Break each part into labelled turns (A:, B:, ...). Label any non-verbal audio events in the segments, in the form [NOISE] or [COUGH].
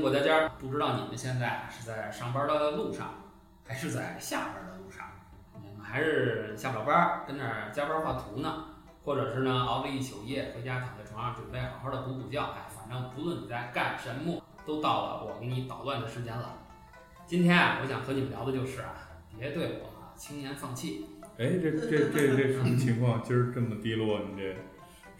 A: 不知道你们现在是在上班的路上，还是在下班的路上？你们还是下不了班儿，跟那儿加班画图呢，或者是呢熬了一宿夜，回家躺在床上准备好好的补补觉。哎，反正不论你在干什么，都到了我给你捣乱的时间了。今天啊，我想和你们聊的就是啊，别对我啊轻言放弃。
B: 哎，这这这这什么情况？今儿这么低落，你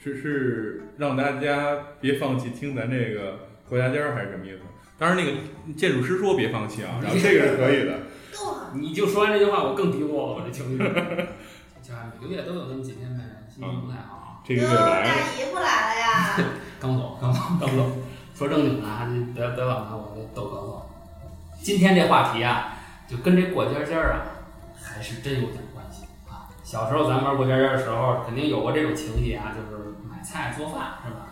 B: 这是是让大家别放弃听咱这个过家家儿，还是什么意思？当然，那个建筑师说别放弃啊，然后这个是可以的。
C: 够了，
A: 你就说完这句话，我更低落了，我这情绪。就啊，每个月都有那么几天呗，心情不太好啊。
B: 这个月
C: 哟
B: 来了，
C: 大姨夫来了呀！ [LAUGHS]
A: 刚走，刚走，刚走。说正经的啊，你别别老拿我这逗高高。今天这话题啊，就跟这过家家儿啊，还是真有点关系啊。小时候咱玩过家家的时候，肯定有过这种情节啊，就是买菜做饭是吧？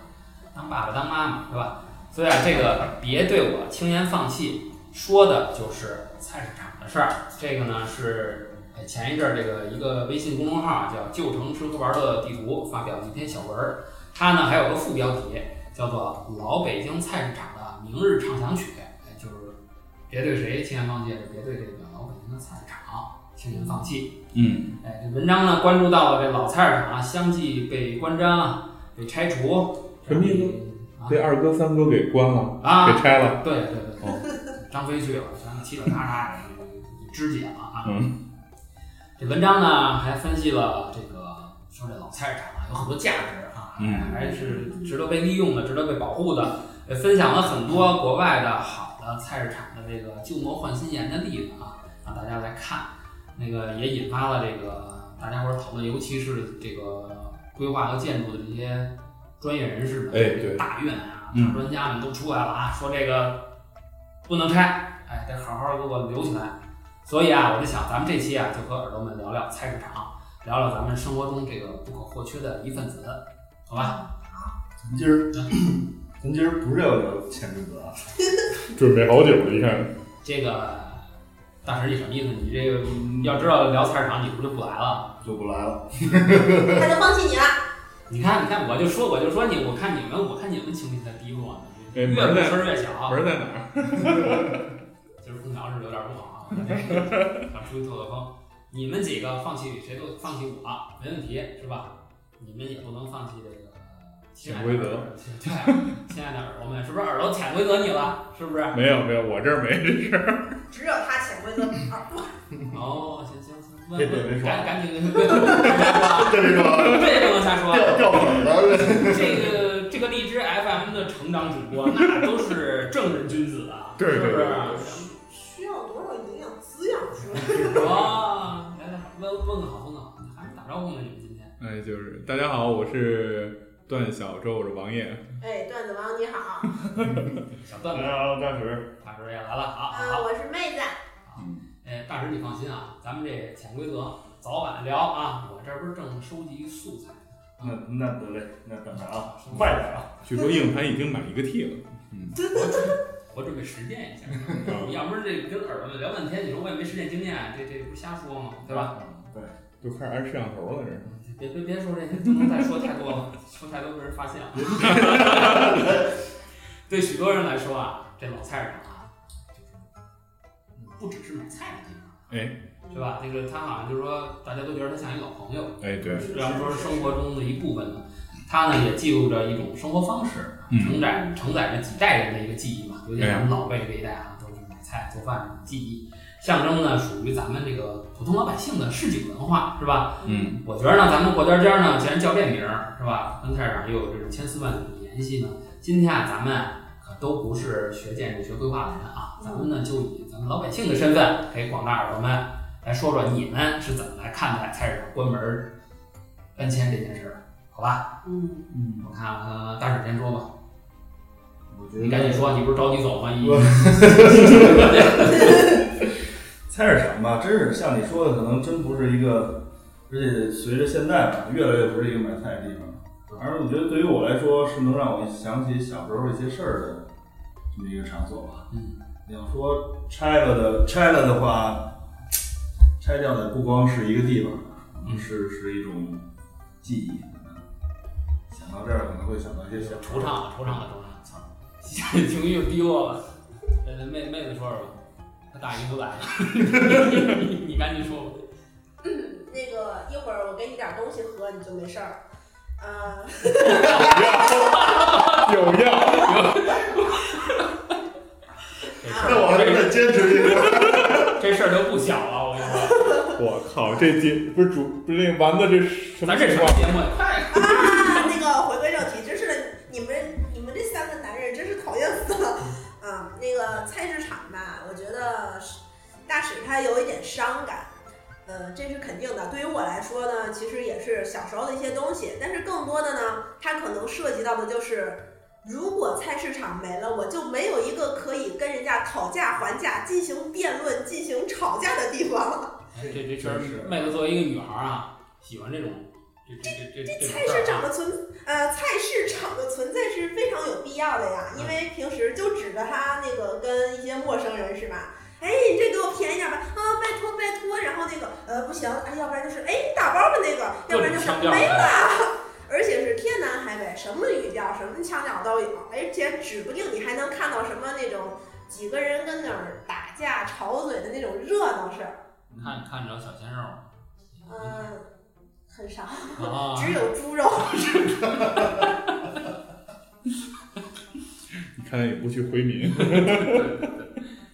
A: 当爸爸当妈妈是吧？所以啊，这个别对我轻言放弃，说的就是菜市场的事儿。这个呢是哎前一阵儿这个一个微信公众号啊叫“旧城吃喝玩乐地图”发表了一篇小文儿，它呢还有个副标题叫做《老北京菜市场的明日畅想曲》，哎就是别对谁轻言放弃，别对这个老北京的菜市场轻言放弃。
B: 嗯，
A: 哎，这文章呢关注到了这老菜市场啊相继被关张啊，被拆除，
B: 什么意思
A: 啊
B: 被二哥三哥给关了，
A: 啊，
B: 给拆了。
A: 对对对，
B: 哦
A: [LAUGHS] 张飞去了，咱们七扭八叉的肢解了啊。
B: 嗯，
A: 这文章呢还分析了这个说这老菜市场啊有很多价值啊，
B: 嗯
A: 还是值得被利用的，值得被保护的。也分享了很多国外的好的菜市场的这个旧貌换新颜的例子啊，让大家来看。那个也引发了这个大家伙儿讨论，尤其是这个规划和建筑的这些专业人士们，
B: 哎对
A: 大院啊、
B: 嗯
A: 大专家们都出来了啊，说这个不能拆，哎，得好好给我留起来。所以啊，我就想咱们这期啊，就和耳朵们聊聊菜市场，聊聊咱们生活中这个不可或缺的一份子，好吧？
D: 咱今儿，咱今儿不是要聊前阵子啊，
B: 准备好久了，一看，
A: 这个大神你什么意思？你这个要知道聊菜市场，你不就不来了？
D: 就不来了。
C: 他就放弃你了，
A: 你看，你看，我就说，我就说你，我看你们，我看你们情绪在低落呢，
B: 哎
A: 越
B: 门儿
A: 不
B: 在
A: 声越小。
B: 门儿在哪儿？
A: 今儿空调是有点不好啊，我得想出去透透风。你们几个放弃谁都放弃我，没问题是吧？你们也不能放弃这个亲爱的
B: 潜规则
A: 耳，对，亲爱的耳朵们，是不是耳朵潜规则你了？是
B: [LAUGHS]
A: 不是？
B: 没有没有，我这儿没这事儿。
C: 只有他潜规则。啊
A: 哦，行行行，
D: 别
A: 问
D: 别别
A: 问，
B: 啊
D: 说
A: 赶赶紧，别别
B: [LAUGHS]
A: 说，啊
D: 这是吧？
A: 这也不能瞎说。啊
D: 掉掉粉儿了，这
A: 这个这个荔枝 FM 的成长主播，那都是正人君子啊，
B: [LAUGHS] 对
A: 是不
B: 对
A: 是
B: 对？
C: 需要多少营养滋养出来？
A: 哇，啊来来，问问个好，问个好，还没打招呼呢，你们今天
B: 哎，就是大家好，我是段小周，我是王爷。
C: [LAUGHS] 哎，段子王你好，
A: 小段子。
D: 好，大石，
A: 大婶也来了，好，
C: 啊，
A: 好，
C: 我是妹子，
A: 哎，大婶你放心啊，咱们这潜规则早晚聊啊，我这不是正收集素材，
D: 那那得嘞，那等着啊，快点啊！
B: 据说硬盘已经满一个 T 了。嗯，
A: 我准备实践一下。
B: 啊
A: 你要不是这跟耳朵们聊半天，你说我也没实践经验，这这不是瞎说吗？对吧？？
D: 对，
B: 嗯都开始按摄像头了，这是。
A: 别别别说这些，不能再说太多了， [LAUGHS] 说太多被人发现了。 [LAUGHS] 对许多人来说啊，这老菜市场啊，就是不只是买菜的地方，
B: 哎，
A: 对吧？这个他好像就是说，大家都觉得他像一老朋友。
B: 哎，对，
A: 要说是生活中的一部分呢，它呢也记录着一种生活方式，啊承载承载着几代人的一个记忆嘛，尤其咱们老辈这一代啊，都是买菜做饭的记忆，象征呢属于咱们这个普通老百姓的市井文化，是吧？
B: 嗯，
A: 我觉得呢，咱们过家家呢，既然叫这名儿，是吧？跟菜市场又啊有这种千丝万缕的联系呢，今天啊，咱们可都不是学建筑、学规划的人啊，咱们呢就以咱们老百姓的身份，给广大耳朵们来说说你们是怎么来看待菜市场关门儿搬迁这件事儿，好吧？
C: 嗯，
D: 嗯，
A: 我看呃，大婶先说吧，
D: 我觉得
A: 你赶紧说，你不是着急走吗？一
D: 我
A: 对
D: 菜市场吧，真是像你说的，可能真不是一个，而且随着现在吧，越来越不是一个买菜的地方。反正我觉得对于我来说，是能让我想起小时候一些事儿的这么一个场所吧。
A: 嗯，
D: 你要说拆了的，拆了的话，拆掉的不光是一个地方，啊
A: 嗯
D: 是是一种记忆。想到这儿，可能会想到一些小
A: 惆怅了，惆怅了，惆怅了
D: 操，
A: 情绪又低落了。呃，呃，妹妹子说说吧，她大姨夫来了，你你你赶紧说吧。
C: 那个一会儿我给你点东西喝，你就没事儿。呃，
B: [LAUGHS] 有药，
D: 那我还得坚持一下。
A: 这事儿就不小了，我跟你说，
B: 我靠，这节不是主不是那丸子这什么
A: 咱这什
B: 情况
A: 么？节目呀？快，
C: 啊， [LAUGHS] 那个回归正题，真是的，你们你们这三个男人真是讨厌死了。啊、那个菜市场吧，我觉得是大使他有一点伤感，呃，这是肯定的。对于我来说呢，其实也是小时候的一些东西，但是更多的呢，它可能涉及到的就是。如果菜市场没了，我就没有一个可以跟人家讨价还价、进行辩论、进行吵架的地方了。
A: 这这确
D: 真是
A: 实，妹子作为一个女孩儿啊，喜欢这种这这这这
C: 这
A: 这
C: 菜
A: 种
C: 市
A: 事儿
C: 场的存呃菜市场的存在是非常有必要的呀，因为平时就指着它那个跟一些陌生人是吧？哎，你这给我便宜点吧，啊，拜托拜托，然后那个呃不行，哎，要不然就是哎你打包吧那个，
A: 各
C: 要不然
A: 种
C: 就是
A: 腔调
C: 没
A: 的。
C: [LAUGHS] 而且是天南海北，什么语调、什么腔调都有，而且指不定你还能看到什么那种几个人跟那儿打架吵嘴的那种热闹事儿，
A: 你看你看着小鲜肉吗
C: 嗯、很少，
A: 啊，
C: 只有猪肉。
B: 你看来也不去回民。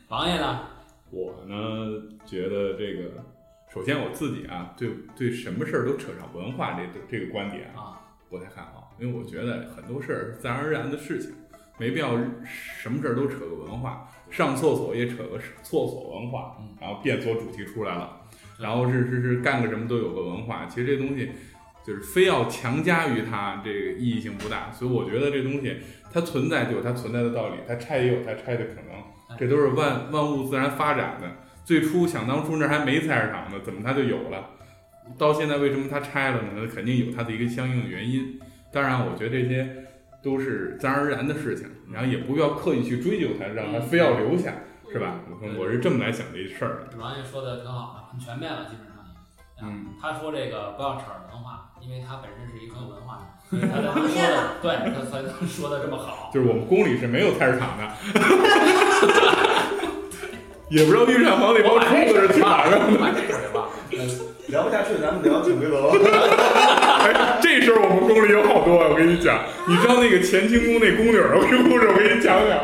A: 王爷呢？
B: [LAUGHS] 我呢，觉得这个，首先我自己啊，对对什么事儿都扯上文化这这个观点
A: 啊，
B: 不太看好，因为我觉得很多事儿是自然而然的事情，没必要什么事儿都扯个文化，上厕所也扯个厕所文化
A: 嗯，
B: 然后变做主题出来了，然后是是是干个什么都有个文化，其实这东西。就是非要强加于它，这个意义性不大，所以我觉得这东西它存在就有它存在的道理，它拆也有它拆的可能。这都是万万物自然发展的。最初想当初那儿还没菜市场呢，怎么它就有了？到现在为什么它拆了呢？那肯定有它的一个相应的原因。当然，我觉得这些都是自然而然的事情，然后也不要刻意去追究它，让它非要留下，是吧？我
A: 嗯
B: 我是这么来想这事儿的。
A: 王爷说的挺好啊的，很全面了，基本上也。啊
B: 嗯，
A: 他说这个不要扯着文化，因为他本身是一个很有文化的人，所以他才会说
C: 王爷
A: 的，对他才能说的这么
B: [LAUGHS]
A: 好。
B: 就是我们宫里是没有菜市场的，也不知道御膳房那帮
A: 把这
B: 厨
A: 事
B: 子
A: 儿
B: 是去哪儿的。啊
A: 忘了， [LAUGHS] 把这事儿给忘了。
D: 聊不下去，咱们聊潜规则吧。
B: 哎，这事儿我们宫里有好多啊，我跟你讲，你知道那个乾清宫那宫女儿我这故事，我给你讲讲。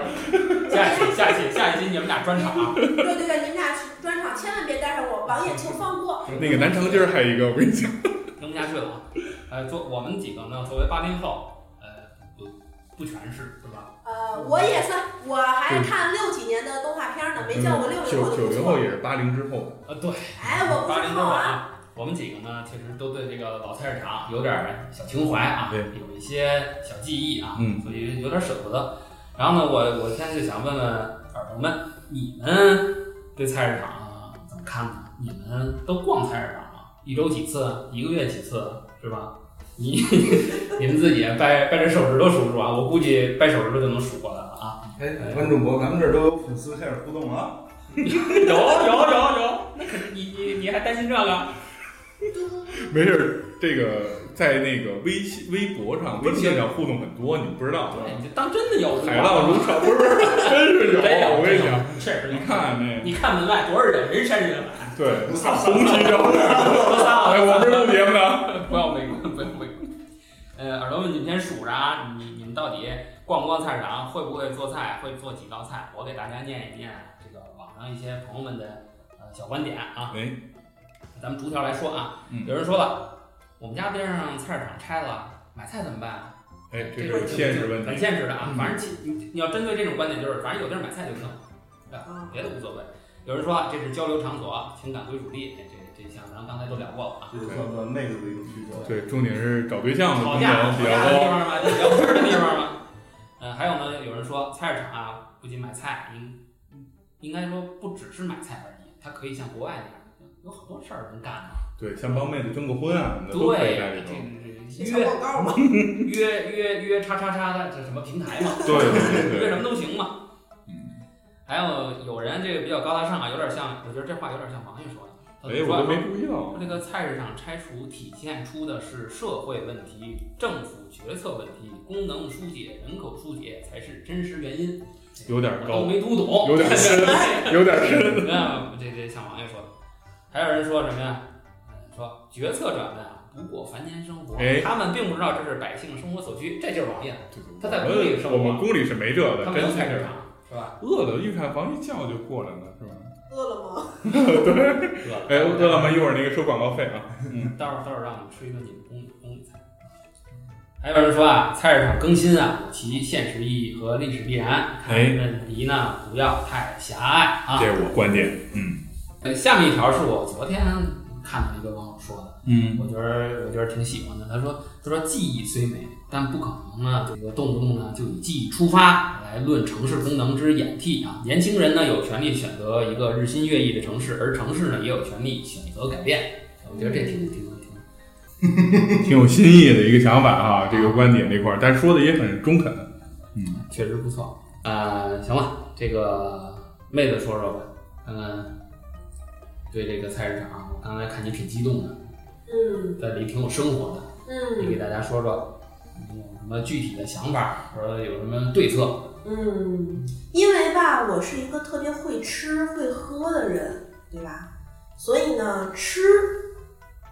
A: 下一期，下一期，下一期你们俩专场啊。
C: 对对对，你们俩去专场千万别带上我，王爷请放过。
B: [LAUGHS] 那个南长街儿还有一个，我跟你讲，
A: 听不下去了啊。呃，作我们几个呢，作为八零后，呃，不不全是，对吧？
C: 呃，我也算，我还看六几年的动画片呢，没叫过六零后
B: 嗯九
C: 的
B: 九
C: 不
B: 零后
C: 错。
B: 也是八零之后，
A: 呃，对，
C: 哎，我不
A: 八
C: 是
A: 零
C: 好
A: 后
C: 啊，
A: 啊，我们几个呢，确实都对这个老菜市场有点儿小情怀啊，
B: 对
A: 有一些小记忆啊，
B: 嗯，
A: 所以有点舍不得。然后呢，我我现在就想问问耳朵们，你们对菜市场啊怎么看呢？你们都逛菜市场吗？一周几次？一个月几次？是吧？你 [LAUGHS] 你们自己掰掰着手指头数数啊，我估计掰手指头就能数过来了啊。
D: 哎，观众朋友，咱们这儿都有粉丝开始互动啊！
A: 有有有有，那肯定你你你还担心这个？
B: [LAUGHS] 没事儿。这个在那个微信、微博上、微信上互动很多，你们不知道。
A: 哎对，你就当真的有
B: 海浪如潮，不是，不是真是有。
A: 真有，
B: 我跟你讲，
A: 讲，确实
B: 你
A: 有。
B: 看那
A: 你看门外多少人，人山人海。
B: 对红旗招展，
A: 都撒
B: 哎，我们录节目呢。
A: 不要围观，不要围观。呃，耳朵们，你们先数着啊，你你们到底逛不逛菜市场，会不会做菜，会做几道菜？我给大家念一念这个网上一些朋友们的呃小观点啊。
B: 哎，
A: 咱们逐条来说啊。
B: 嗯
A: 有人说了，我们家边上菜市场拆了，买菜怎么办啊？
B: 哎，这是现实问
A: 很
B: 题。
A: 现实的啊。
B: 嗯
A: 反正其你你要针对这种观点，就是反正有地儿买菜就行，
C: 啊，
A: 别的无所谓。有人说啊这是交流场所、情感归属地，哎这这像咱们刚才都聊过了啊。
D: 这就算算妹子的一个需求。
B: 对，重点是找对象的
A: 吵
B: 功
A: 架
B: 能
A: 吵
B: 比
A: 架
B: 较
A: 的地
B: 高。
A: 方嘛，就聊天的地方嘛。嗯，还有呢，有人说菜市场啊，不仅买菜，应应该说不只是买菜而已，它可以像国外那样，有好多事儿能干的。
B: 对，像帮妹子征个婚啊什么的都可以在
A: 对
B: 里头。，
A: 这
C: 小
A: 这
C: 广告嘛，
A: 约约约约叉叉叉的这什么平台嘛？
B: 对对对
A: 为
B: 对，嗯
A: 什么都行嘛。还有有人这个比较高大上啊，有点像，我觉得这话有点像王爷说的，他
B: 哎，
A: 主
B: 我
A: 要
B: 都没注意到。
A: 这个菜市场拆除体现出的是社会问题、政府决策问题、功能疏解、人口疏解才是真实原因。
B: 有点
A: 我都
B: 高，
A: 没读懂，
B: 有点深，有点深。
A: 那这这像王爷说的，还有人说什么呀？说决策者们啊，不过凡间生活，
B: 哎
A: 他们并不知道这是百姓生活所需，这就是王爷，他在宫里生活
B: 我们宫里是没这个
A: 他
B: 的，
A: 没有
B: 真
A: 菜市
B: 是
A: 场，是吧？
B: 饿了，御膳房一叫就过来了，是吧？
C: 饿了吗？
B: [LAUGHS] 哎，饿了么？一会儿那个收广告费啊。
A: 待会儿待会儿让我们吃一顿你们宫里宫里菜。还有人说啊，菜市场更新啊，有其现实意义和历史必然，看
B: 哎
A: 问题呢不要太狭隘啊。
B: 这是我观点。嗯
A: 呃下面一条是我昨天看到一个网友说的，
B: 嗯， [LAUGHS]
A: 我觉得我觉得挺喜欢的。他说他说记忆虽美，但不可能呢，这个动不动呢就以记忆出发来论城市功能之演替啊。年轻人呢有权利选择一个日新月异的城市，而城市呢也有权利选择改变。我觉得这挺挺挺
B: 挺有新意的一个想法啊，这个观点这块儿，但是说的也很中肯。
A: 确实不错。呃，行了，这个妹子说说吧，看看对这个菜市场，我刚才看你挺激动的，
C: 嗯
A: 在里挺有生活的，你给
C: 嗯
A: 大家说说你有什么具体的想法，或者有什么对策？
C: 嗯，因为吧，我是一个特别会吃会喝的人，对吧？所以呢，吃，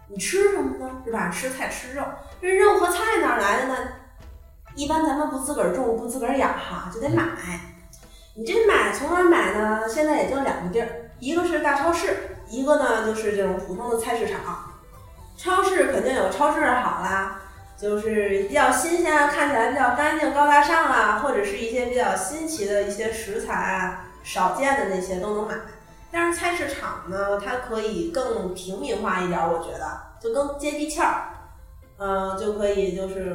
C: 你吃什么呢？是吧？吃菜吃肉，这肉和菜哪儿来的呢？一般咱们不自个儿种，不自个儿养哈，就得买。你这买从哪儿买呢？现在也就两个地儿，一个是大超市，一个呢就是这种普通的菜市场。超市肯定有超市的好啦，就是比较新鲜啊，看起来比较干净、高大上啊，或者是一些比较新奇的一些食材啊，少见的那些都能买。但是菜市场呢，它可以更平民化一点儿，我觉得就更接地气儿，嗯、就可以就是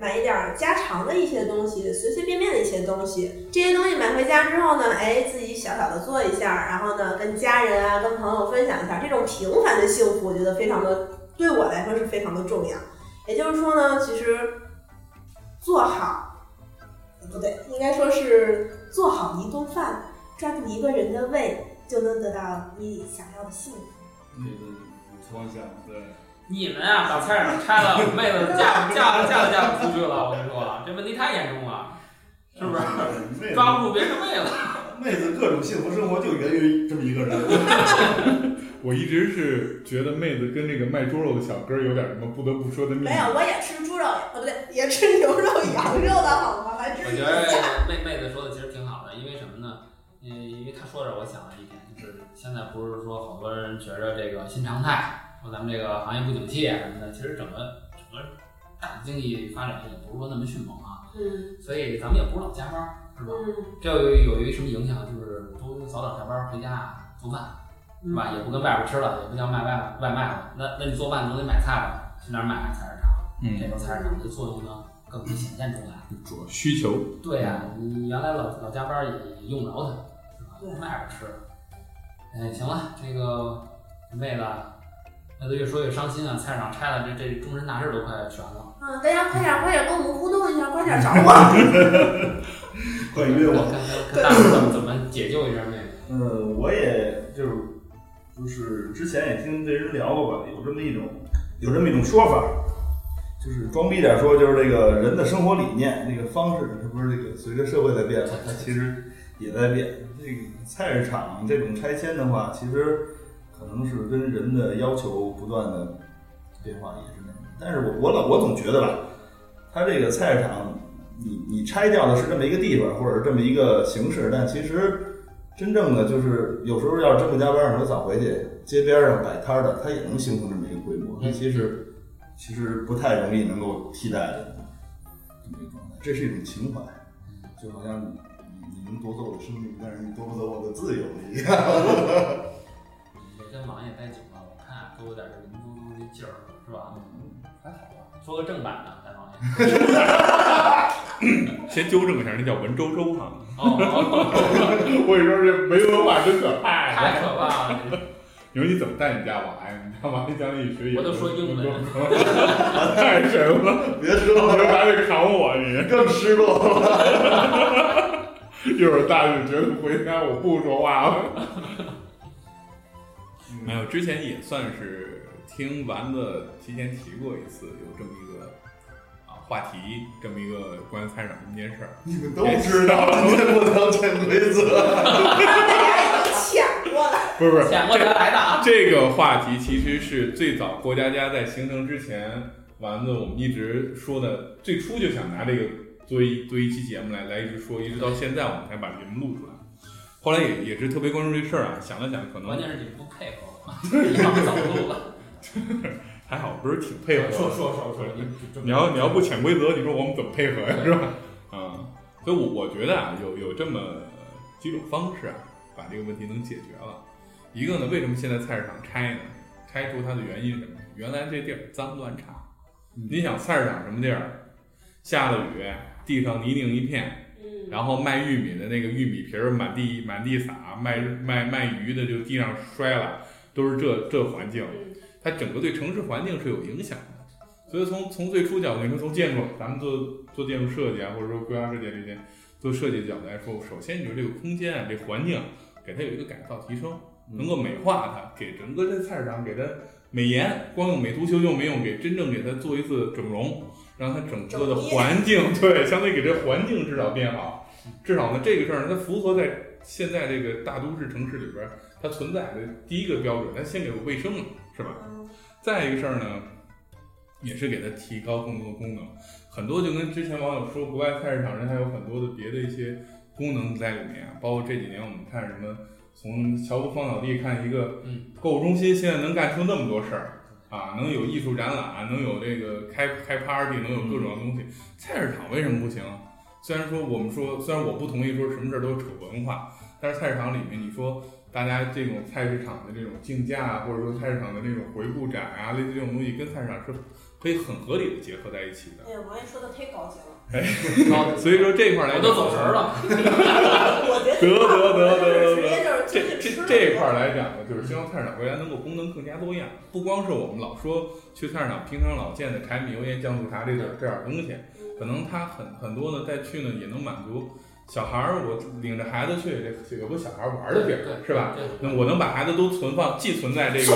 C: 买一点儿家常的一些东西，随随便便的一些东西。这些东西买回家之后呢，哎，自己小小的做一下，然后呢，跟家人啊、跟朋友分享一下，这种平凡的幸福，我觉得非常的，对我来说是非常的重要。也就是说呢，其实做好，不对，应该说是做好一顿饭，抓住一个人的胃，就能得到你想要的幸福。
D: 那个方向对。
A: 你们啊，把菜市场拆了，我妹子嫁嫁嫁都嫁不出去了。我跟你说，这问题太严重了，是不是？
D: 妹
A: 抓
D: 子，
A: 不住别人妹子。
D: 妹子各种幸福生活就源于这么一
A: [LAUGHS]
D: 个人。
B: 我一直是觉得妹子跟那个卖猪肉的小哥儿有点什么不得不说的秘密
C: 没。有，我也吃猪肉，呃，不对，也吃牛肉、 [LAUGHS] 羊肉的好吗？还
A: 我
C: 吃
A: 觉得妹妹子说的其实挺好的，因为什么呢？嗯，因为她说这，我想了一点，就是现在不是说好多人觉着这个新常态，说咱们这个行业不景气啊什么的，其实整个整个大的经济发展也不是说那么迅猛啊，
C: 嗯
A: 所以咱们也不是老加班，是吧？
C: 嗯
A: 这有有一什么影响，就是都早点下班回家做饭，是吧？也不跟外边吃了，也不叫卖外外卖了。那那你做饭你总得买菜吧？去哪儿买啊菜市场？这
B: 嗯，
A: 时候菜市场的作用呢更能显现出来。
B: 主要需求。
A: 对呀、你原来老老加班也也用不着它，是吧？
C: 对
A: 外边吃。哎，行了，这个妹子，那都越说越伤心啊！菜市场拆了，这这终身大事都快悬了。
C: 嗯，大家快点快点跟我们互动一下，快点找
B: [LAUGHS]
C: 我。
D: 快约我！
A: 看看看大伙怎么怎么解救一下妹子。
D: 嗯，我也就是就是之前也听这人聊过吧，有这么一种有这么一种说法，就是装逼点说，就是这个人的生活理念那个方式，是不是这个随着社会在变嘛？它其实也在变。这个菜市场这种拆迁的话，其实可能是跟人的要求不断的变化也是那样。但是我我老我总觉得吧，它这个菜市场，你你拆掉的是这么一个地方，或者这么一个形式，但其实真正的就是有时候要真不加班，你说早回去，街边上摆摊儿的，他也能形成这么一个规
E: 嗯
D: 模。那其实其实不太容易能够替代的这么一个状态，这是一种情怀，就好像你你能夺走我的生命，但是你夺不走我的自由一样。
A: 也跟王爷待久了，我看啊都有点这民族族的劲儿，是吧？还好吧，嗯说个正版的，咱王爷。
B: 先纠正一下，那叫文绉绉哈。
A: 哦哦，
B: [LAUGHS] 我跟你说，这没文化真可
A: 哦
B: 怕。
A: 太可怕了！
B: 你说你怎么带你家娃呀？你家娃一将来一学也
A: 我都说英文
B: 文绉绉 [LAUGHS] 太神了！
D: 别说
E: [LAUGHS]
B: 你
D: 了，
B: 说还得扛我你。
D: 更失落
B: [LAUGHS]
D: 了。
B: 一会儿大舅觉得回家我不说话了。没有，之前也算是听丸子提前提过一次，有这么一个啊话题，这么一个关于菜市场这么件事儿。
E: 你们都知道了，你们不能潜规则。
C: 那俩已经抢过 [LAUGHS] 了，
B: 不是不是，
A: 钱过咱来的 [LAUGHS] 啊，
B: 这个话题其实是最早郭佳佳在形成之前，丸子我们一直说的，最初就想拿这个作为一作为一期节目来来一直说，一直到现在我们才把节目录出来。后来也也是特别关注这事儿啊，想了想，可
A: 关
B: 能
A: 键是你们不配合我， [LAUGHS] 你让我走路 [LAUGHS] 了。
B: 还好，不是挺配合的。
E: 说说说说，你
B: 你要你要不潜规则，你说我们怎么配合呀，是吧？啊、所以我我觉得啊，有有这么几种方式啊，把这个问题能解决了。一个呢，为什么现在菜市场拆呢？拆除它的原因是什么？原来这地儿脏乱差。
E: 嗯
B: 你想菜市场什么地儿？下了雨，地上泥泞一片，
C: 嗯，
B: 然后卖玉米的那个玉米皮儿满地满地撒，卖卖卖鱼的就地上摔了，都是这这环境。
C: 嗯
B: 它整个对城市环境是有影响的。所以从从最初角度，你说从建筑，咱们做做建筑设计啊，或者说规划设计这些，做设计角度来说，首先你说这个空间啊，这环境啊给它有一个改造提升，能够美化它，给整个这菜市场给它美颜，光用美图秀秀没用，给真正给它做一次整容，让它整个的环境对，相对给这环境至少变好，至少呢这个事儿呢它符合在现在这个大都市城市里边儿它存在的第一个标准，它先给我卫生了，是吧？
C: 嗯
B: 再一个事儿呢，也是给它提高更多的功能，很多就跟之前网友说，国外菜市场人还有很多的别的一些功能在里面啊，包括这几年我们看什么，从樵夫芳草地看一个
A: 嗯
B: 购物中心，现在能干出那么多事儿啊，能有艺术展览，能有这个开开 party，能有各种东西，菜市场为什么不行？虽然说我们说，虽然我不同意说什么事儿都是扯文化，但是菜市场里面，你说大家这种菜市场的这种竞价啊，或者说菜市场的这种回顾展啊，类似这种东西，跟菜市场是可以很合理的结合在一起的。
C: 哎呀，王爷说的太高级了，
B: 所以说这一块儿来
A: 我
B: 讲，
A: 都走神儿了，
B: [LAUGHS]
C: 我觉得
B: 得得得得得
C: 直接就是
B: 这
C: 出去吃
B: 这
C: 了
B: 这一块儿来讲呢，就是希望菜市场未来能够功能更加多样，不光是我们老说去菜市场平常老见的柴米油盐酱醋茶这点儿这点儿东
C: 嗯
B: 西，可能它很很多呢再去呢也能满足小孩儿，我领着孩子去，这有个小孩儿玩儿的地儿
A: 对
B: 是吧？
A: 对，
B: 那嗯我能把孩子都存放，寄存在这 [LAUGHS] 个，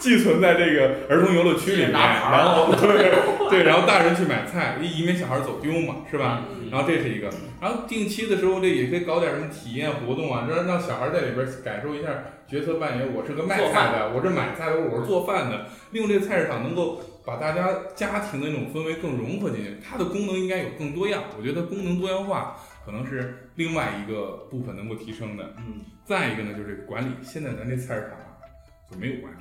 B: 寄存在这个儿童游乐区里面，
A: 拿牌儿
B: 然后对对，然后大人去买菜，以以免小孩儿走丢嘛，是吧？
A: 嗯？
B: 然后这是一个，然后定期的时候，这也可以搞点什么体验活动啊，让让小孩在里边感受一下角色扮演。我是个卖
A: 做
B: 菜
A: 饭
B: 的，我是买菜的，我是做饭的。利用这个菜市场能够把大家家庭的那种氛围更融合进去，它的功能应该有更多样。我觉得功能多样化可能是另外一个部分能够提升的。
D: 嗯，
B: 再一个呢，就是管理。现在咱这菜市场啊就没有管理，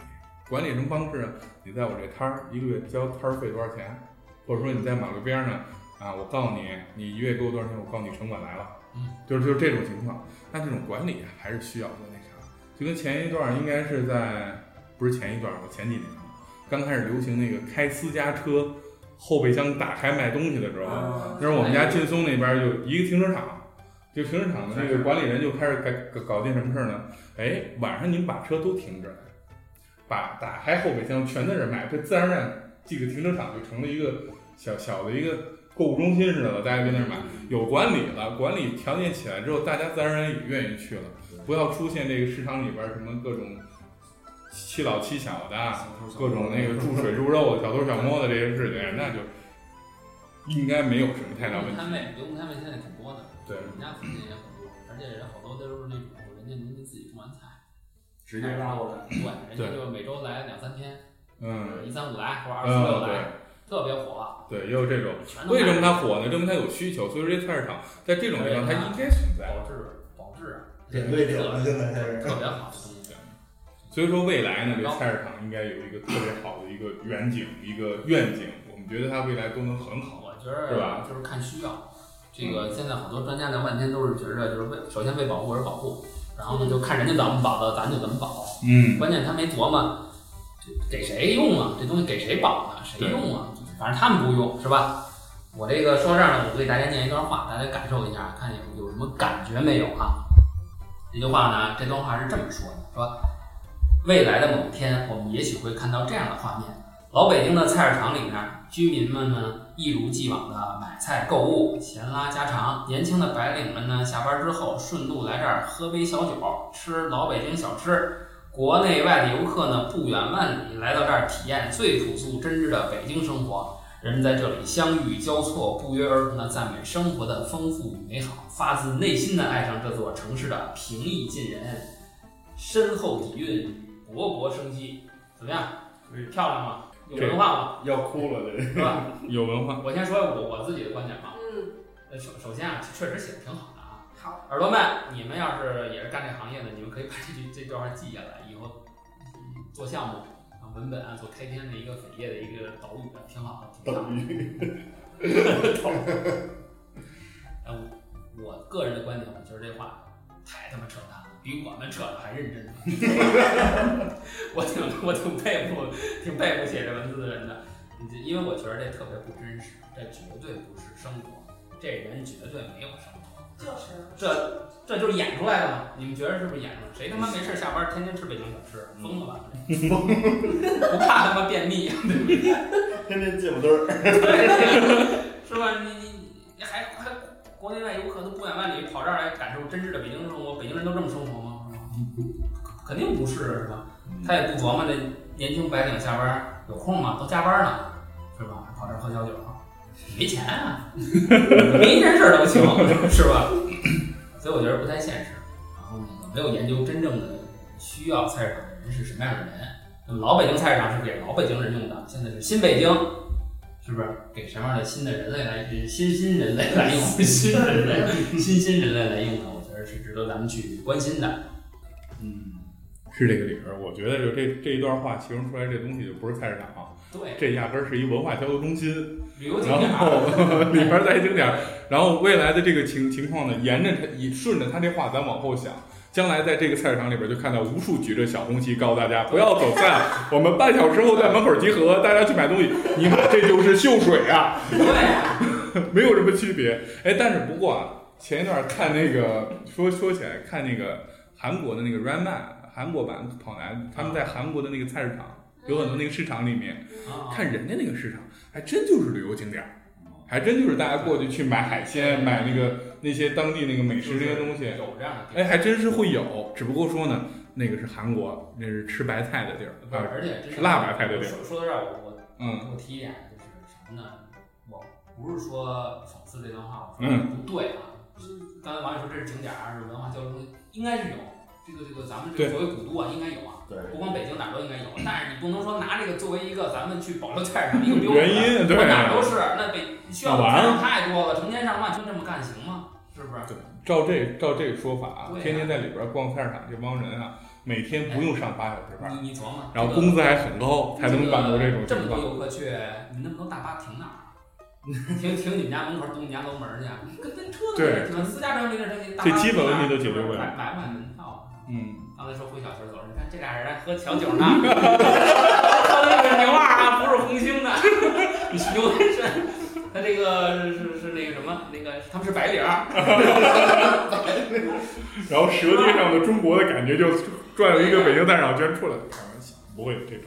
B: 管理什么方式呢？你在我这摊儿一个月交摊儿费多少钱，或者说你在马路边儿呢啊，我告诉你，你一月给我多少钱，我告诉你城管来了，
A: 嗯，
B: 就是就是这种情况。那这种管理啊还是需要做那啥，就跟前一段儿应该是在不是前一段儿，我前几年啊刚开始流行那个开私家车后备箱打开卖东西的时候，
C: 啊
B: 那时候我们
A: 哎
B: 家劲松那边儿有一个停车场，这个停车场的那个管理人就开始搞搞搞定什么事儿呢？哎，晚上你们把车都停这儿，把打开后备箱全在这儿卖，这自然而然这个停车场就成了一个小小的一个购物中心似的了，大家跟那儿买。有管理了，管理条件起来之后，大家自然而然也愿意去了，不要出现这个市场里边儿什么各种七老七小的，啊各种那个注水注肉、小偷小摸的这些事情，那就应该没有什么太大问
A: 摊
B: 题。
A: 位，流动摊位现在挺多的，
B: 对
A: 我们家附近也很多，而且人好多都是那种人家农民自己种完菜，
D: 直接拉过来，
A: 对，人
B: 对
A: 家就每周来两三天，
B: 嗯，
A: 一三五来或者二四六来，啊
B: 嗯，
A: 特别火，
B: 对对，也有这种。
A: 全都
B: 为什
A: 卖
B: 么它火呢？证明它有需求，所以说这菜市场在这种地方它应该存在。
A: 保质保质，
E: 点
A: 对
E: 对点了，现在是。
A: 特别好的东西。
B: 所以说未来呢，这菜市场应该有一个特别好的一个远景，一个愿景。我们觉得它未来都能很好。
A: 我觉
B: 是吧嗯
A: 得就是看需要。这个现在好多专家聊半天都是觉着，就是为首先为保护而保护，然后呢就看人家怎么保的，咱就怎么保。
B: 嗯，
A: 关键他没琢磨，这给谁用啊？这东西给谁保啊？谁用啊？反正他们不用是吧？我这个说这儿呢，我给大家念一段话，大家感受一下，看有有什么感觉没有啊？这句话呢，这段话是这么说的：说未来的某天，我们也许会看到这样的画面：老北京的菜市场里面，居民们呢一如既往的买菜购物，闲拉家常；年轻的白领们呢，下班之后顺路来这儿喝杯小酒，吃老北京小吃，国内外的游客呢，不远万里来到这儿体验最朴素真挚的北京生活。人们在这里相遇交错，不约而同的赞美生活的丰富与美好，发自内心的爱上这座城市的平易近人、深厚底蕴、勃勃生机。怎么样
B: 可以？
A: 漂亮吗？有
B: 这
A: 文化吗？
E: 要哭了这。
A: 是吧？
B: 有文化，
A: 我先说我我自己的观点吧。
C: 嗯，
A: 呃，首首先啊，确实写的挺好的啊。
C: 好，
A: 耳朵们，你们要是也是干这行业的，你们可以把这句这段话记下来，以后嗯做项目啊、文本啊、做开篇的一个扉页的一个导语，啊挺好的，挺好的。
B: 嗯
A: 呃，我个人的观点，我觉得这话太他妈扯淡了，比我们扯的还认真呢。 [LAUGHS] 我挺我挺佩服，挺佩服写这文字的人的，这因为我觉得这特别不真实，这绝对不是生活，这人绝对没有生活，
C: 就是
A: 这这就是演出来的嘛？你们觉得是不是演出来？谁他妈没事下班天天吃北京小吃，疯了吧？不怕他妈便秘？
E: 天天进我堆儿，
A: [LAUGHS] 是吧？你你你还还国内外游客都不远万里跑这儿来感受真挚的北京生活，北京人都这么生活吗？是吧肯定不是，是吧？他也不琢磨这年轻白领下班儿有空吗？都加班呢，是吧？还跑这儿喝小酒，没钱啊，没一件事儿都行，是吧？所以我觉得不太现实。然后那个没有研究真正的需要菜市场的人是什么样的人。那么老北京菜市场是给老北京人用的，现在是新北京，是不是给什么样的新的人类来呃新新人类来用，新人类新新人类来用呢？我觉得是值得咱们去关心的。
B: 嗯，是这个理儿。我觉得就这这一段话形容出来，这东西就不是菜市场啊，
A: 对，
B: 这压根儿是一文化交流中心，
A: 旅游景
B: 然
A: 点儿，
B: [LAUGHS] 后里边儿再景点儿，然后未来的这个情情况呢，沿着它，以顺着它这话，咱往后想。将来在这个菜市场里边，就看到无数举着小红旗告诉大家不要走散，我们半小时后在门口集合，大家去买东西。你妈，这就是秀水啊！
A: 对，
B: 没有什么区别。哎，但是不过啊，前一段看那个说说起来，看那个韩国的那个 r a n m a n 韩国版跑男，他们在韩国的那个菜市场，有很多那个市场里面，
A: 啊，哦
B: 看人家那个市场，还真就是旅游景点儿，还真就是大家过去去买海鲜，
A: 嗯
B: 买那个那些当地那个美食这些东西。
A: 有这样的地
B: 哎，
A: 儿，
B: 还真是会有，只不过说呢，那个是韩国，那是吃白菜的地儿啊，
A: 而且真
B: 是辣白菜的地儿。
A: 说说到这儿，我
B: 嗯，
A: 我我提一点就是什么呢？我不是说讽刺这段话，我说
B: 嗯
A: 不对啊。刚才王宇说这是景点儿，是文化交流中心，应该是有这个这个咱们这
B: 对
A: 个作为古都啊，应该有啊。
E: 对
A: 不光北京哪儿都应该有，但是你不能说拿这个作为一个咱们去保留菜市场的一个标准。
B: 原因对
A: 我哪儿都是，那北需要
B: 那
A: 的
B: 完
A: 菜
B: 了
A: 市场太多了，成千上万，就这么干行吗？是不是？
B: 照这照这个说法啊
A: 对，啊
B: 天天在里边逛菜市场这帮人啊，每天不用上八小时班，
A: 你你琢磨，
B: 然后
A: 这个
B: 工资还很高，才能满足这种
A: 这么
B: 情
A: 多
B: 况。
A: 游客去，你能不能大巴停哪儿啊？停停你们家门口，堵你家楼门儿去啊，跟跟车
B: 对
A: 停，私家车没地儿停，大
B: 这
A: 巴
B: 基本
A: 停哪儿
B: 问题都解决不了
A: 买买不买门票啊？
B: 嗯，
A: 刚才说回小球走，你看这俩人还喝小酒呢，喝的是牛二啊，不是红星的，牛是。他这个是是那个什么，那个他们是白领儿，
B: 然后《舌尖上的中国》的感觉就转了一个北京菜市场圈出来。开玩笑，不会有这种。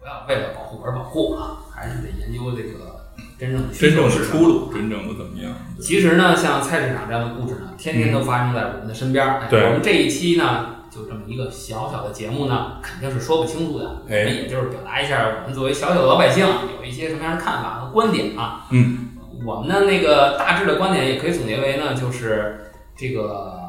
A: 不要为了保护而保护啊，还是得研究这个真正的需
B: 真正
A: 求是
B: 的
A: 什么
B: 出路，真正的怎么样？
A: 其实呢，像菜市场这样的故事呢，天天都发生在我们的身边儿。哎
B: 对
A: 我们这一期呢，就这么一个小小的节目呢，肯定是说不清楚的。我
B: 哎
A: 们也就是表达一下我们作为小小的老百姓有一些什么样的看法和观点啊。
B: 嗯，
A: 我们的那个大致的观点也可以总结为呢，就是这个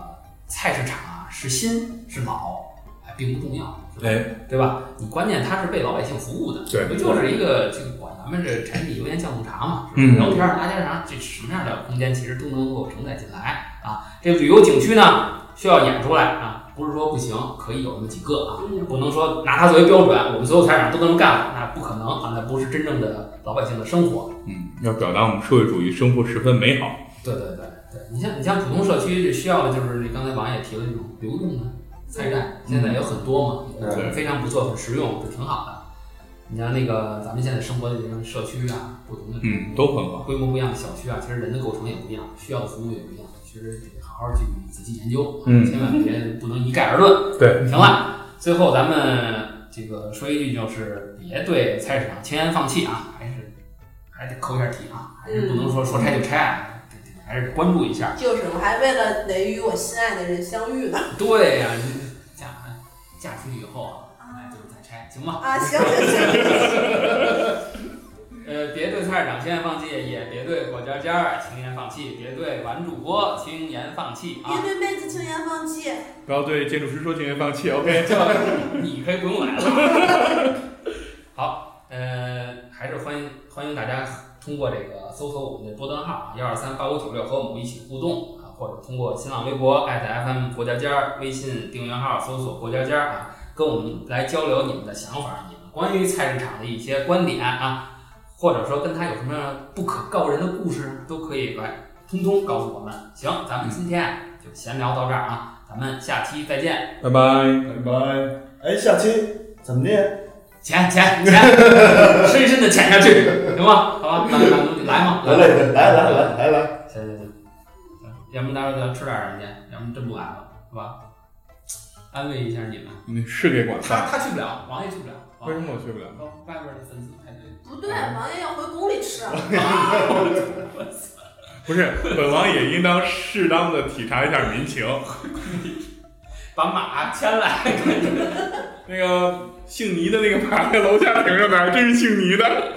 A: 菜市场啊，是新是老，哎，并不重要。是吧
B: 哎，
A: 对吧？你关键它是为老百姓服务的，
B: 对
A: 不就是一个这个管咱们这产品油盐酱醋茶嘛，是
B: 嗯
A: 吧？聊天儿大家啥这什么样的空间其实都能够承载进来啊。这旅游景区呢需要演出来啊，不是说不行，可以有那么几个啊，
C: 嗯
A: 不能说拿它作为标准，我们所有菜市场都这么干，那不可能啊，那不是真正的老百姓的生活。
B: 嗯，要表达我们社会主义生活十分美好。
A: 对对对对，你像你像普通社区需要的就是你刚才王爷提的这种流动的菜站，现在有很多嘛，
E: 嗯
B: 嗯对
A: 非常不错，很实用，就挺好的。你像那个咱们现在生活的这种社区啊，不同的
B: 嗯，都很好。
A: 呃规模不一样的小区啊，其实人的构成也不一样，需要的服务也不一样，其实得好好去仔细研究，啊
B: 嗯
A: 千万别不能一概而论。
B: 对，
A: 行了，最后咱们这个说一句，就是别对菜市场轻言放弃啊，还是还得扣一下题啊，还是不能说说拆就拆啊，这这还是关注一下。
C: 就是我还为了得与我心爱的人相遇呢。
A: 对呀、你家嫁出去以后啊，哎，就是再拆，行吗？
C: 啊，行行行，
A: 呃，别对菜市场轻言放弃，也别对果尖尖儿轻言放弃，别对玩主播轻言放弃
B: 嗯
C: 别
A: 啊！
C: 对妹子轻言放弃，
B: 不要对建筑师说请言放弃，OK？
A: 就你可以不用来了。 [LAUGHS] 好，呃，还是欢迎欢迎大家通过这个搜索我们的波段号啊幺二三八五九六和我们一起互动啊，或者通过新浪微博 @FM 国家尖儿，微信订阅号搜索国家尖儿啊，跟我们来交流你们的想法，你们关于菜市场的一些观点啊，或者说跟他有什么不可告人的故事，都可以来通通告诉我们。行，咱们今天就闲聊到这儿啊，咱们下期再见。
B: 拜拜。
D: 拜拜。
E: 哎，下期怎么念？
A: 潜潜潜，深深的潜下去，行吗？好吧，咱咱来嘛，
E: 来
A: 来，
E: 来来来来来来，
A: 行行行，要不待会儿咱吃点儿人家，要不真不来了，是吧？安慰一下你们，
B: 你是给管
A: 他
B: 饭？
A: 他去不了，王爷去不了，啊
B: 为什么我去不了？
A: 外边的粉丝排队，
C: 不对，王爷要回宫里吃。
B: 不是，本王也应当适当的体察一下民情。
A: 把马牵来，
B: 那个姓倪的那个马在楼下停着呢，还真是姓倪的。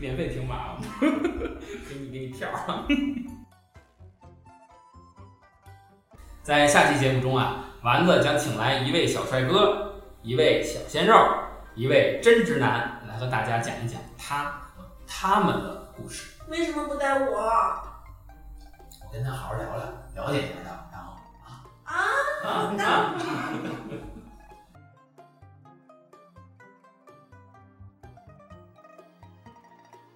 A: 免费停马，啊 [LAUGHS] 给你给你票。啊 [LAUGHS] 在下期节目中啊，丸子将请来一位小帅哥，一位小鲜肉，一位真直男，来和大家讲一讲他和他们的故事。
C: 为什么不带我？啊，
A: 我跟他好好聊聊，了解一下他，然后啊啊啊！
C: 那